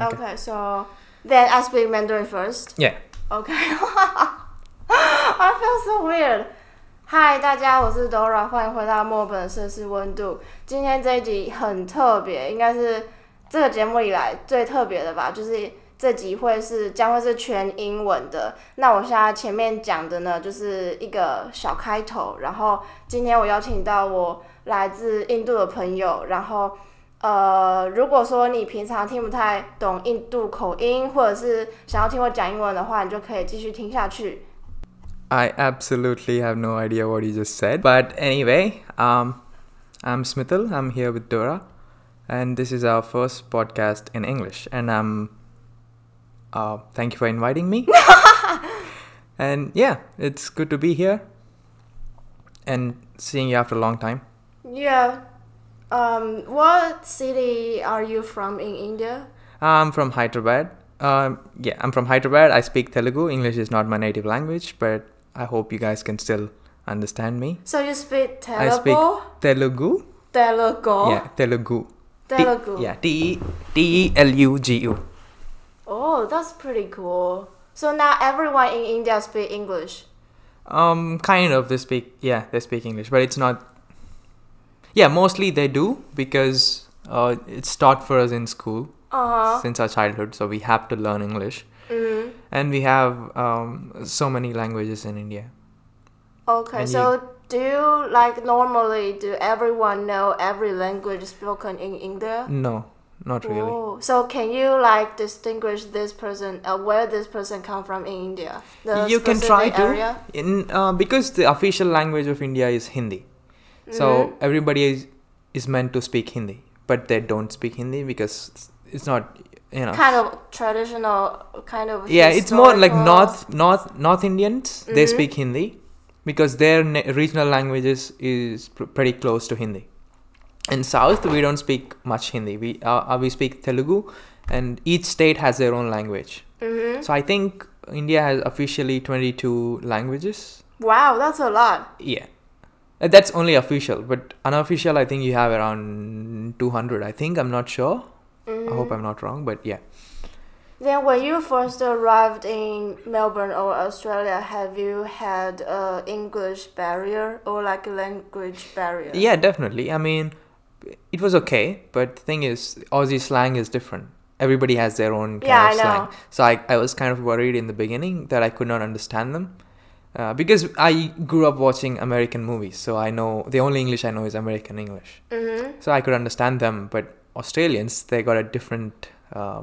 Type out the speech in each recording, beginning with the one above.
Okay. so then I speak Mandarin first. Yeah. Okay. I feel so weird. 嗨，大家，我是 Dora，欢迎回到墨尔本摄氏温度。今天这一集很特别，应该是这个节目以来最特别的吧，就是这集会是将会是全英文的。那我现在前面讲的呢，就是一个小开头，然后今天我邀请到我来自印度的朋友，然后呃，如果说你平常听不太懂印度口音，或者是想要听我讲英文的话，你就可以继续听下去。 I absolutely have no idea what you just said. But anyway, um, I'm Smithil. I'm here with Dora. And this is our first podcast in English. And um, uh, thank you for inviting me. and yeah, it's good to be here and seeing you after a long time. Yeah. Um, what city are you from in India? I'm from Hyderabad. Um, yeah, I'm from Hyderabad. I speak Telugu. English is not my native language, but I hope you guys can still understand me. So you speak I speak Telugu? Telugu. Telugu. Yeah, Telugu. T- Telugu. yeah, T E T E L U G U. Oh, that's pretty cool. So now everyone in India speak English. Um, kind of. They speak. Yeah, they speak English, but it's not. Yeah, mostly they do because uh, it's taught for us in school Uh huh. since our childhood, so we have to learn English, Mm. and we have um, so many languages in India. Okay, And so do you like normally do everyone know every language spoken in India? No, not really. Oh, so can you like distinguish this person, uh, where this person come from in India? The you can specific try to area? in uh, because the official language of India is Hindi, so Mm-hmm. everybody is is meant to speak Hindi, but they don't speak Hindi because it's- it's not you know. Kind of traditional, kind of. yeah, it's more like historical- North North North Indians. They Mhm. speak Hindi because their na- regional languages is pr- pretty close to Hindi. In South, we don't speak much Hindi. We uh, uh, we speak Telugu, and each state has their own language. Mhm. So I think India has officially twenty two languages. Wow, that's a lot. Yeah. Uh, That's only official, but unofficial, I think you have around 200. I think, I'm not sure. I hope I'm not wrong, but yeah. Mm-hmm. Then, when you first arrived in Melbourne or Australia, have you had a English barrier or like a language barrier? yeah. definitely. I mean, it was okay, but the thing is, Aussie slang is different. Everybody has their own kind Yeah, of I know. slang. So I, I was kind of worried in the beginning that I could not understand them. Uh, because I grew up watching American movies, so I know the only English I know is American English. Mhm. So I could understand them, but Australians, they got a different uh,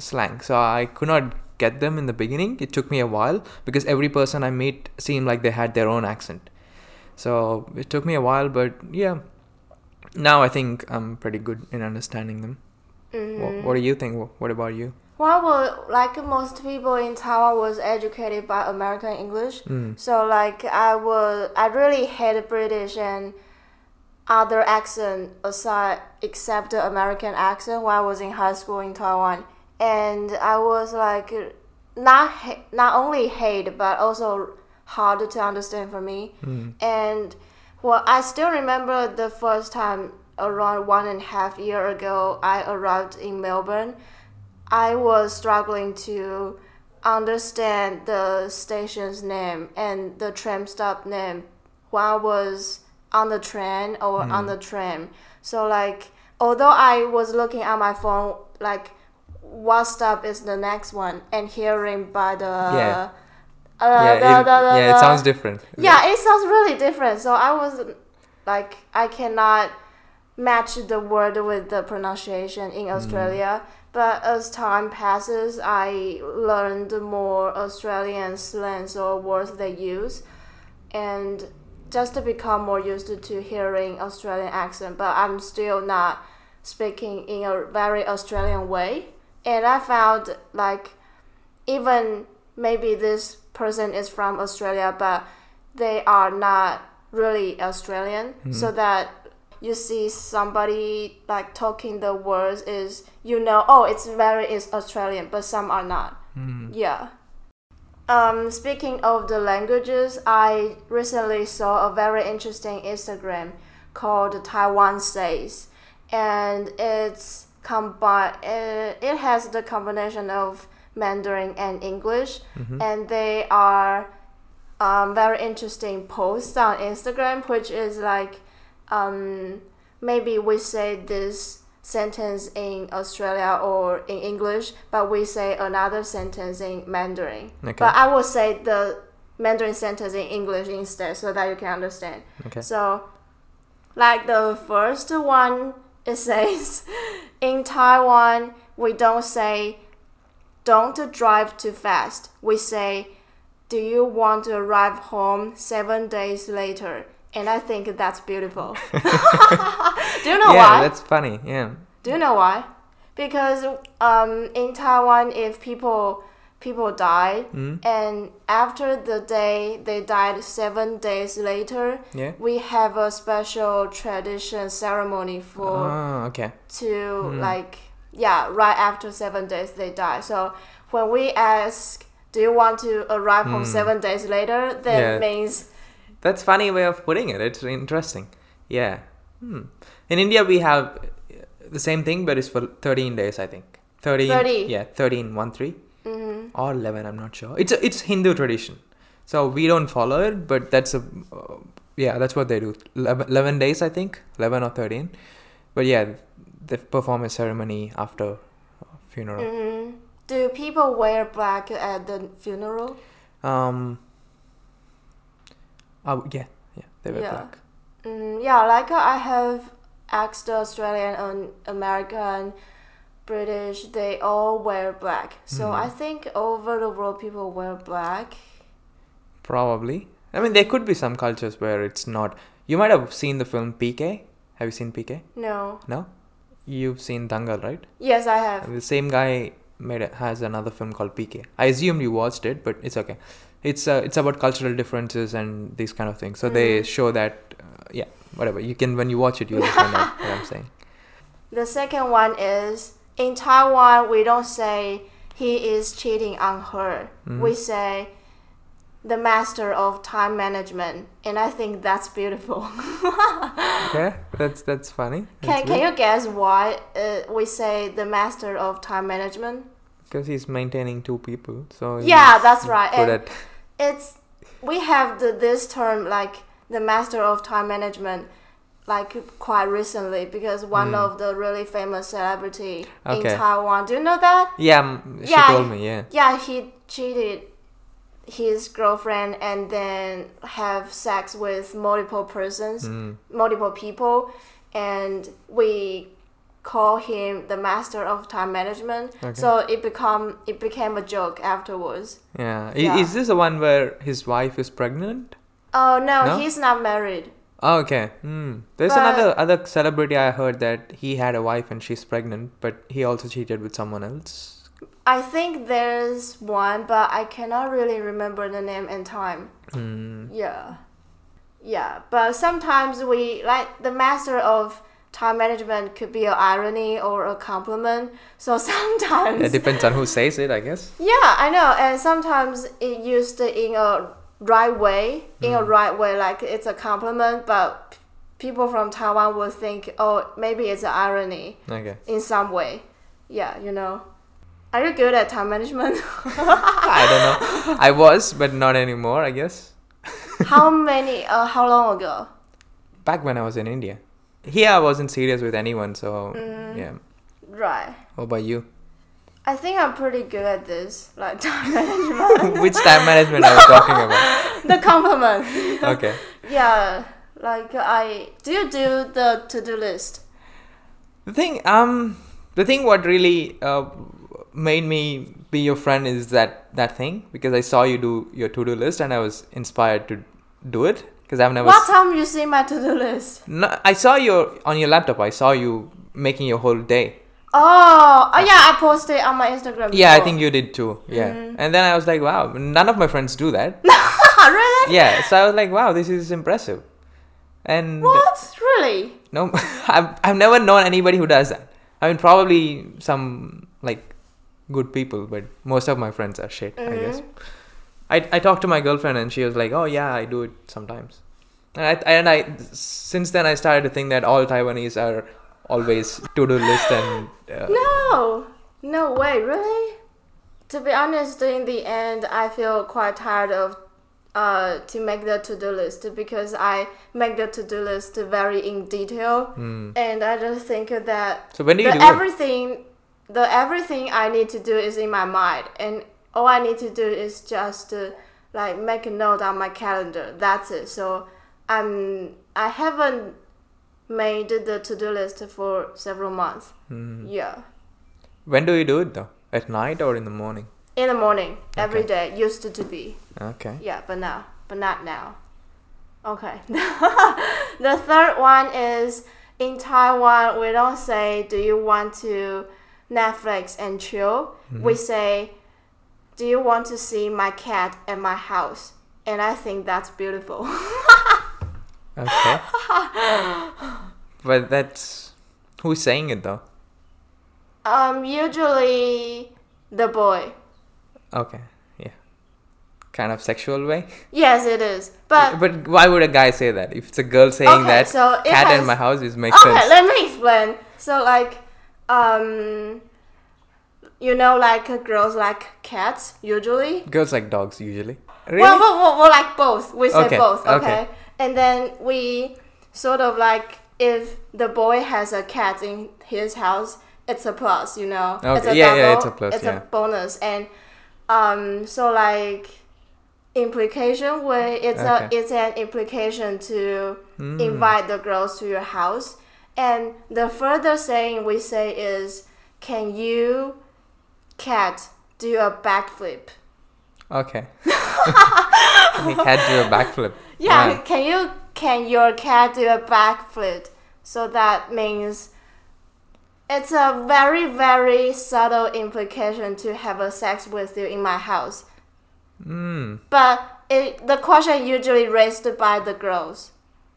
slang. So I could not get them in the beginning. It took me a while because every person I meet seemed like they had their own accent. So it took me a while, but yeah. Now I think I'm pretty good in understanding them. Wha- Mhm. What, do you think? Wha- What about you? Why were like most people in Taiwan was educated by American English? Mm. So like I would, I really hate British and other accent aside except the American accent when I was in high school in Taiwan, and I was like not ha- not only hate but also hard to understand for me. And well, I still remember the first time around one and a half year ago I arrived in Melbourne. I was struggling to understand the station's name and the tram stop name when I was on the train or Hmm. on the tram. So like although I was looking at my phone like what stop is the next one and hearing by the Yeah. uh, yeah, da, it, da, da, yeah, da. it sounds different. Yeah, it sounds really different. So I was like, I cannot match the word with the pronunciation in Australia. But as time passes, I learned more Australian slangs or words they use, and just to become more used to, to hearing Australian accent. But I'm still not speaking in a very Australian way, and I found like even maybe this person is from Australia, but they are not really Australian, so that you see somebody like talking the words is you know oh it's very it's Australian, but some are not. Yeah. Um, speaking of the languages, I recently saw a very interesting Instagram called Taiwan Says, and it's combine. Uh, it has the combination of Mandarin and English, and they are um, very interesting posts on Instagram, which is like um, maybe we say this sentence in Australia or in English, but we say another sentence in Mandarin. Okay. But I will say the Mandarin sentence in English instead so that you can understand. Okay. So, like the first one, it says, in Taiwan, we don't say, don't drive too fast. We say, do you want to arrive home seven days later? And I think that's beautiful. do you know yeah, why? that's funny. Yeah. Do you know why? Because um, in Taiwan, if people people die, Hmm? and after the day they died, seven days later, Yeah. we have a special tradition ceremony for Oh, okay. to Hmm. like yeah right after seven days they die so when we ask do you want to arrive home seven days later Hmm. Yeah. that means That's funny way of putting it. It's interesting. Yeah. Hmm. In India, we have uh, the same thing, but it's for 13 days, I think. 13. 30. Yeah, 13, 1, 3. mm-hmm, Or 11, I'm not sure. It's a, it's Hindu tradition. So we don't follow it, but that's a. Uh, yeah, that's what they do. 11, 11 days, I think. 11 or 13. But yeah, they perform a ceremony after funeral. mm, do people wear black at the funeral Um. Oh, yeah. Yeah, they were Yeah. black. Mm, yeah, like uh, I have asked the Australian and American, British, they all wear black. So Mm-hmm. I think over the world people wear black. Probably. I mean, there could be some cultures where it's not. You might have seen the film PK. Have you seen PK? No. No. You've seen Dangal, right? Yes, I have. The same guy made a, has another film called PK. I assume you watched it, but it's okay. It's uh, it's about cultural differences and these kind of things. So Mm. they show that, uh, yeah, whatever. You can when you watch it, you'll find out what I'm saying. The second one is in Taiwan, we don't say he is cheating on her. Mm-hmm. We say the master of time management. And I think that's beautiful. Okay, that's that's funny. Can, can you guess why uh, we say the master of time management? Because he's maintaining two people, so Yeah, he's that's right. Good And at it's we have the, this term like the master of time management like quite recently because one of the really famous celebrity Mm. Okay. in Taiwan. Do you know that? yeah, m- she Yeah, told me yeah. Yeah, he cheated his girlfriend and then have sex with multiple persons, Mm. multiple people, and we call him the master of time management. Okay. So it become it became a joke afterwards. Yeah. I Yeah. Is this the one where his wife is pregnant? Oh no, No? he's not married. Oh, okay. Hmm. There's But- another other celebrity I heard that he had a wife and she's pregnant, but he also cheated with someone else. I think there's one, but I cannot really remember the name and time. Hmm. Yeah. Yeah, but sometimes we like the master of time management could be an irony or a compliment. So sometimes It depends on who says it, I guess. yeah, I know. And sometimes it used in a right way, in a right way, like it's a compliment, but people from Taiwan would think, oh, maybe it's an irony Okay. in some way. Yeah, you know. Are you good at time management? I don't know. I was, but not anymore, I guess. how many? Uh, how long ago? Back when I was in India. Here I wasn't serious with anyone, so Mm. yeah. Right. What about you? I think I'm pretty good at this, like time management. Which time management I was talking about? the compliment. Okay. yeah, like I do. You do the to-do list. The thing, um, the thing what really uh, made me be your friend is that that thing because I saw you do your to do list and I was inspired to do it because I've never. What s- time you see my to-do list? no, I saw your on your laptop. I saw you making your whole day. Oh, oh yeah, I posted on my Instagram. Yeah, I before. think you did too. Yeah, Mm-hmm. and then I was like, wow, none of my friends do that. really? yeah, so I was like, wow, this is impressive. And What? Really? No, I've, I've never known anybody who does that. I mean, probably some like good people, but most of my friends are shit. I guess. I I talked to my girlfriend and she was like, "Oh yeah, I do it sometimes." And I and I since then I started to think that all Taiwanese are always to do list and uh, No, no way, really. To be honest, in the end, I feel quite tired of uh, to make the to do list because I make the to do list very in detail, and I just think that hmm. so when do you the do it? everything, the everything I need to do is in my mind, and all I need to do is just to, like make a note on my calendar. That's it. So I'm I haven't made the to do list for several months. Yeah. Hmm. when do you do it though at night or in the morning In the morning, every day used to, to be. okay Yeah, but now, but not now. Okay. the third one is in Taiwan, we don't say, Do you want to Netflix and chill? We say, Do you want to see my cat at my house? And I think that's beautiful. okay but that's who's saying it though um, usually the boy. okay yeah kind of sexual way Yes, it is. But but why would a guy say that if it's a girl saying Okay, that so it cat in has- my house is makes okay, sense let me explain. So like, um, you know, like uh, girls like cats usually. girls like dogs usually really Well, well, well, well, like both. We say Okay, both. okay. Okay? And then we sort of like if the boy has a cat in his house, it's a plus, you know. It's Okay, a yeah, yeah, double, it's a plus, It's yeah. a bonus, and um, so like implication way, it's Okay. Hmm. a it's an implication to invite the girls to your house. And the further saying we say is, can you, cat, do a backflip? okay the cat do a backflip Yeah, Wow. can you can your cat do a backflip? So that means it's a very very subtle implication to have a sex with you in my house. Mm. But it, the question usually raised by the girls.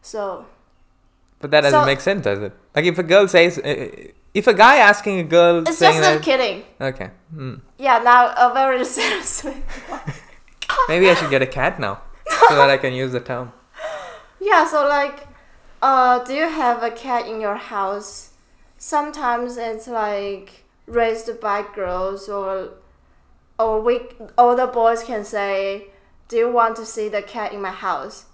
So But that doesn't So- make sense, does it? Like if a girl says, uh, if a guy asking a girl it's saying just not that, kidding. okay, mm. Yeah, now a very seriously. maybe I should get a cat now so that I can use the term. Yeah, so like, uh, do you have a cat in your house? Sometimes it's like raised by girls, or or we or the boys can say, "Do you want to see the cat in my house?"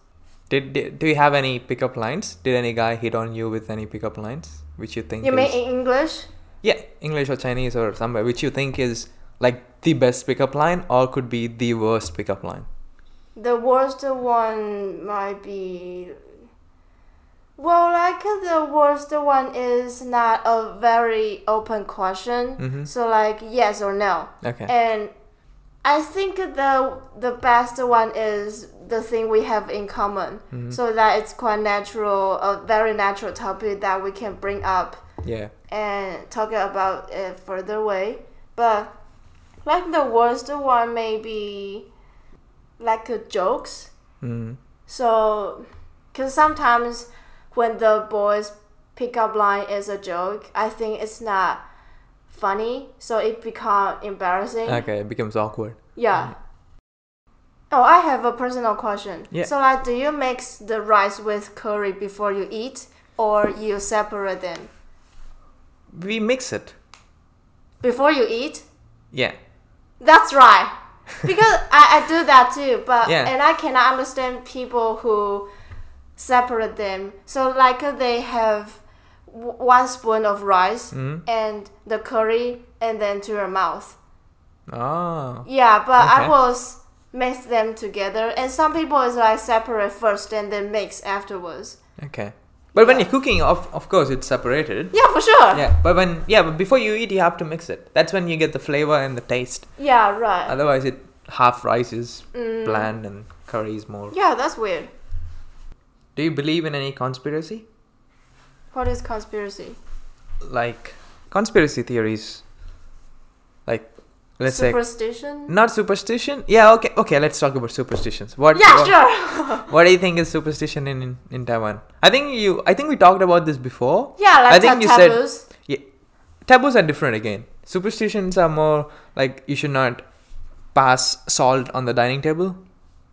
Did, did do you have any pickup lines? Did any guy hit on you with any pickup lines which you think? You mean is- in English? yeah, English or Chinese or somewhere which you think is like the best pickup line or could be the worst pickup line? The worst one might be. Well, like the worst one is not a very open question. Mhm. So like yes or no. Okay, And I think the the best one is the thing we have in common, so that it's quite natural, a very natural topic that we can bring up yeah, and talk about it further way. But like the worst one, maybe like uh, jokes. mm. So, because sometimes when the boys pickup line is a joke, I think it's not funny, so it become embarrassing. okay, it becomes awkward. Yeah. Oh, I have a personal question. Yeah. So, like, do you mix the rice with curry before you eat, or you separate them We mix it, before you eat? yeah. That's right. Because I, I do that too, but Yeah. and I cannot understand people who separate them. So like uh, they have w- one spoon of rice Mm-hmm. and the curry and then to your mouth. Oh, Yeah, but Okay. I was mix them together, and some people is like separate first and then mix afterwards. okay. But when you're cooking, of of course, it's separated. Yeah, for sure. yeah but when yeah but before you eat you have to mix it that's when you get the flavor and the taste Yeah, right. otherwise it half rice is Mm. bland and curry is more yeah, that's weird. do you believe in any conspiracy What is conspiracy? like conspiracy theories like let's say Superstition? not superstition yeah okay okay let's talk about superstitions what Yeah, what, sure. what do you think is superstition in, in in taiwan i think you i think we talked about this before yeah, like I think ta- you said- taboos. taboos are different again. Superstitions are more like you should not pass salt on the dining table.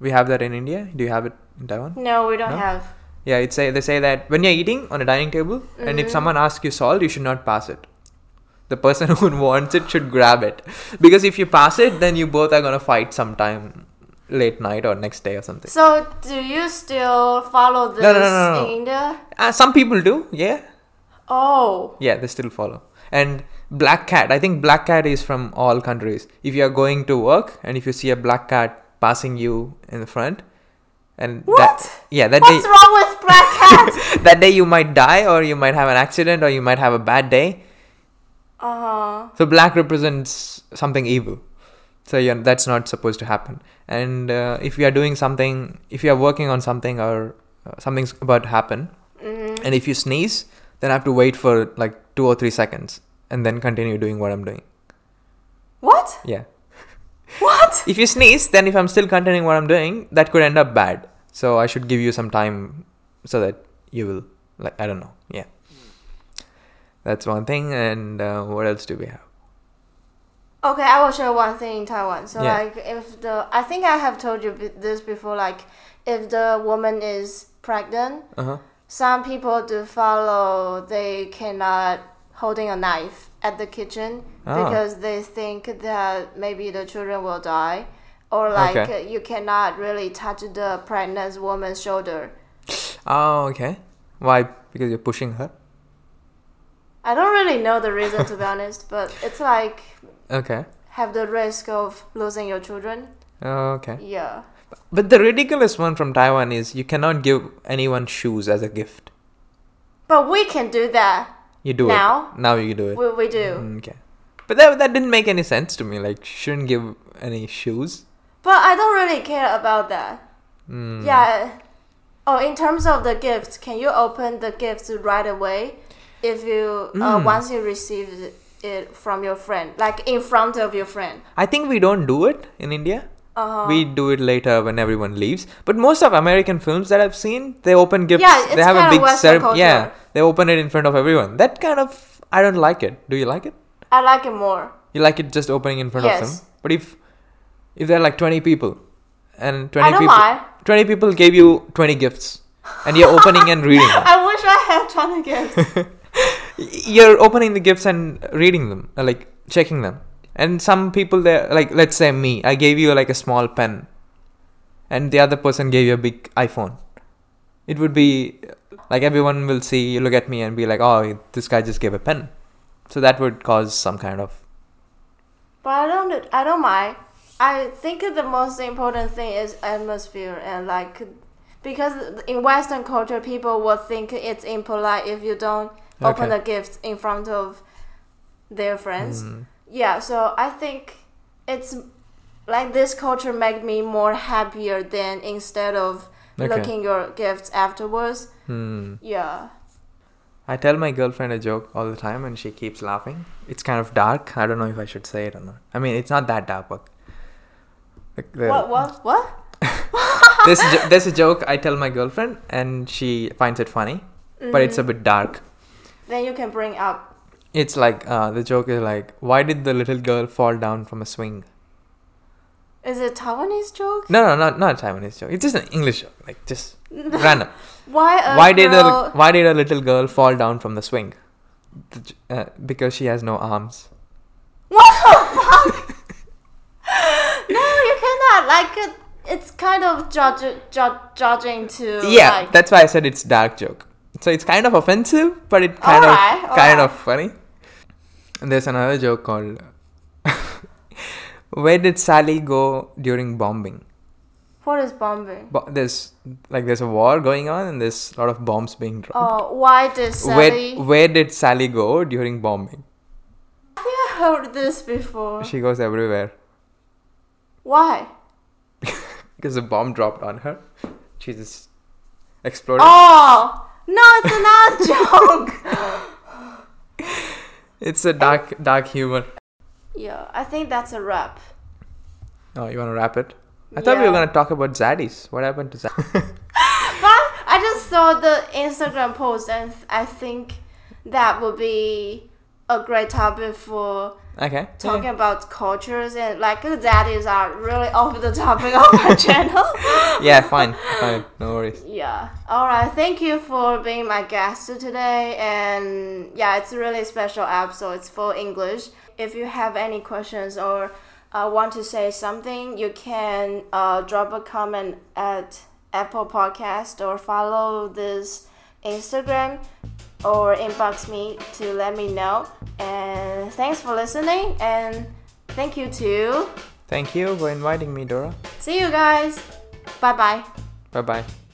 We have that in India. Do you have it in Taiwan? no, we don't No? have. Yeah, it's say they say that when you're eating on a dining table, and if Mhm. someone asks you salt, you should not pass it. The person who wants it should grab it, because if you pass it, then you both are gonna fight sometime late night or next day or something. So do you still follow this No, no, no, no, no. in India? Uh, some people do, yeah, Oh, yeah, they still follow. And black cat, I think black cat is from all countries. If you are going to work and if you see a black cat passing you in the front, and What? that yeah, that what's day wrong with black cat? that day you might die or you might have an accident or you might have a bad day. uh huh. So black represents something evil. So you that's not supposed to happen. And uh, if you are doing something, if you are working on something or uh, something's about to happen, Mm. and if you sneeze, then I have to wait for like two or three seconds and then continue doing what I'm doing. What? Yeah. What? If you sneeze, then if I'm still continuing what I'm doing, that could end up bad. So I should give you some time so that you will like I don't know. Yeah. That's one thing. And uh, what else do we have? Okay, I will share one thing in Taiwan. So Yeah. like, if the I think I have told you be- this before. Like, if the woman is pregnant, Uh huh. some people do follow. They cannot holding a knife at the kitchen Ah. because they think that maybe the children will die, or like Okay. uh, you cannot really touch the pregnant woman's shoulder. Oh, okay. Why? Because you're pushing her. I don't really know the reason to be honest, but it's like Okay. have the risk of losing your children. Okay. Yeah. But the ridiculous one from Taiwan is you cannot give anyone shoes as a gift. But we can do that. You do Now? it. Now you do it. We, we do. Mm, Okay. But that that didn't make any sense to me. Like, shouldn't give any shoes. But I don't really care about that. Mm. Yeah. Oh, in terms of the gifts, can you open the gifts right away if you uh, Mm. once you receive it from your friend, like in front of your friend? I think we don't do it in India. Uh, We do it later when everyone leaves. But most of American films that I've seen, they open gifts. Yeah, it's they have a kinda big Western ceremony. Yeah, culture. they open it in front of everyone. That kind of I don't like it. Do you like it? I like it more. You like it just opening in front of Yes. them. But if if there are like twenty people and twenty I don't people mind. twenty people gave you twenty gifts and you're opening and reading them. I wish I had twenty gifts. You're opening the gifts and reading them, uh, like checking them. And some people there like let's say me, I gave you like a small pen and the other person gave you a big iPhone. It would be like everyone will see, look at me and be like, "Oh, this guy just gave a pen." So that would cause some kind of But I don't. I don't mind. I think the most important thing is atmosphere and like, because in Western culture, people would think it's impolite if you don't open Okay. the gifts in front of their friends. Mm. Yeah. So I think it's like this culture make me more happier than instead of Okay. looking your gifts afterwards. Hmm. Yeah. I tell my girlfriend a joke all the time and she keeps laughing. It's kind of dark. I don't know if I should say it or not. I mean, it's not that dark, but like the- What? What? What? There's, a jo- there's a joke I tell my girlfriend and she finds it funny, but it's a bit dark. Mm. Then you can bring up. It's like uh, the joke is like, why did the little girl fall down from a swing? Is it Taiwanese joke? No, no, not not a Taiwanese joke. It's just an English joke, like just random. Why? A why did girl- a why did a little girl fall down from the swing? The j- uh, because she has no arms. What the fuck? no, you cannot. Like, it, it's kind of judge, judge, judging to. yeah like, that's why i said it's dark joke so it's kind of offensive but it kind Alright, of alright. kind of funny and there's another joke called where did sally go during bombing What is bombing? Bo- there's like there's a war going on and there's a lot of bombs being dropped Oh, why did Sally? where where did sally go during bombing I think I heard this before. she goes everywhere Why? because a bomb dropped on her she just exploded Oh, no, it's not a joke. it's a dark dark humor Yeah, I think that's a wrap. oh you want to wrap it i thought we were Yeah. going to talk about zaddies what happened to zaddies But I just saw the Instagram post and I think that would be a great topic for Okay. talking about cultures and like that is uh, really off the topic of my channel. Yeah, yeah fine. Fine. No worries. Yeah. All right. Thank you for being my guest today. And yeah, it's a really special episode. It's full English. If you have any questions or uh, want to say something, you can uh, drop a comment at Apple Podcast or follow this Instagram or inbox me to let me know. And thanks for listening. And thank you too. Thank you for inviting me, Dora. See you guys. Bye bye. Bye bye.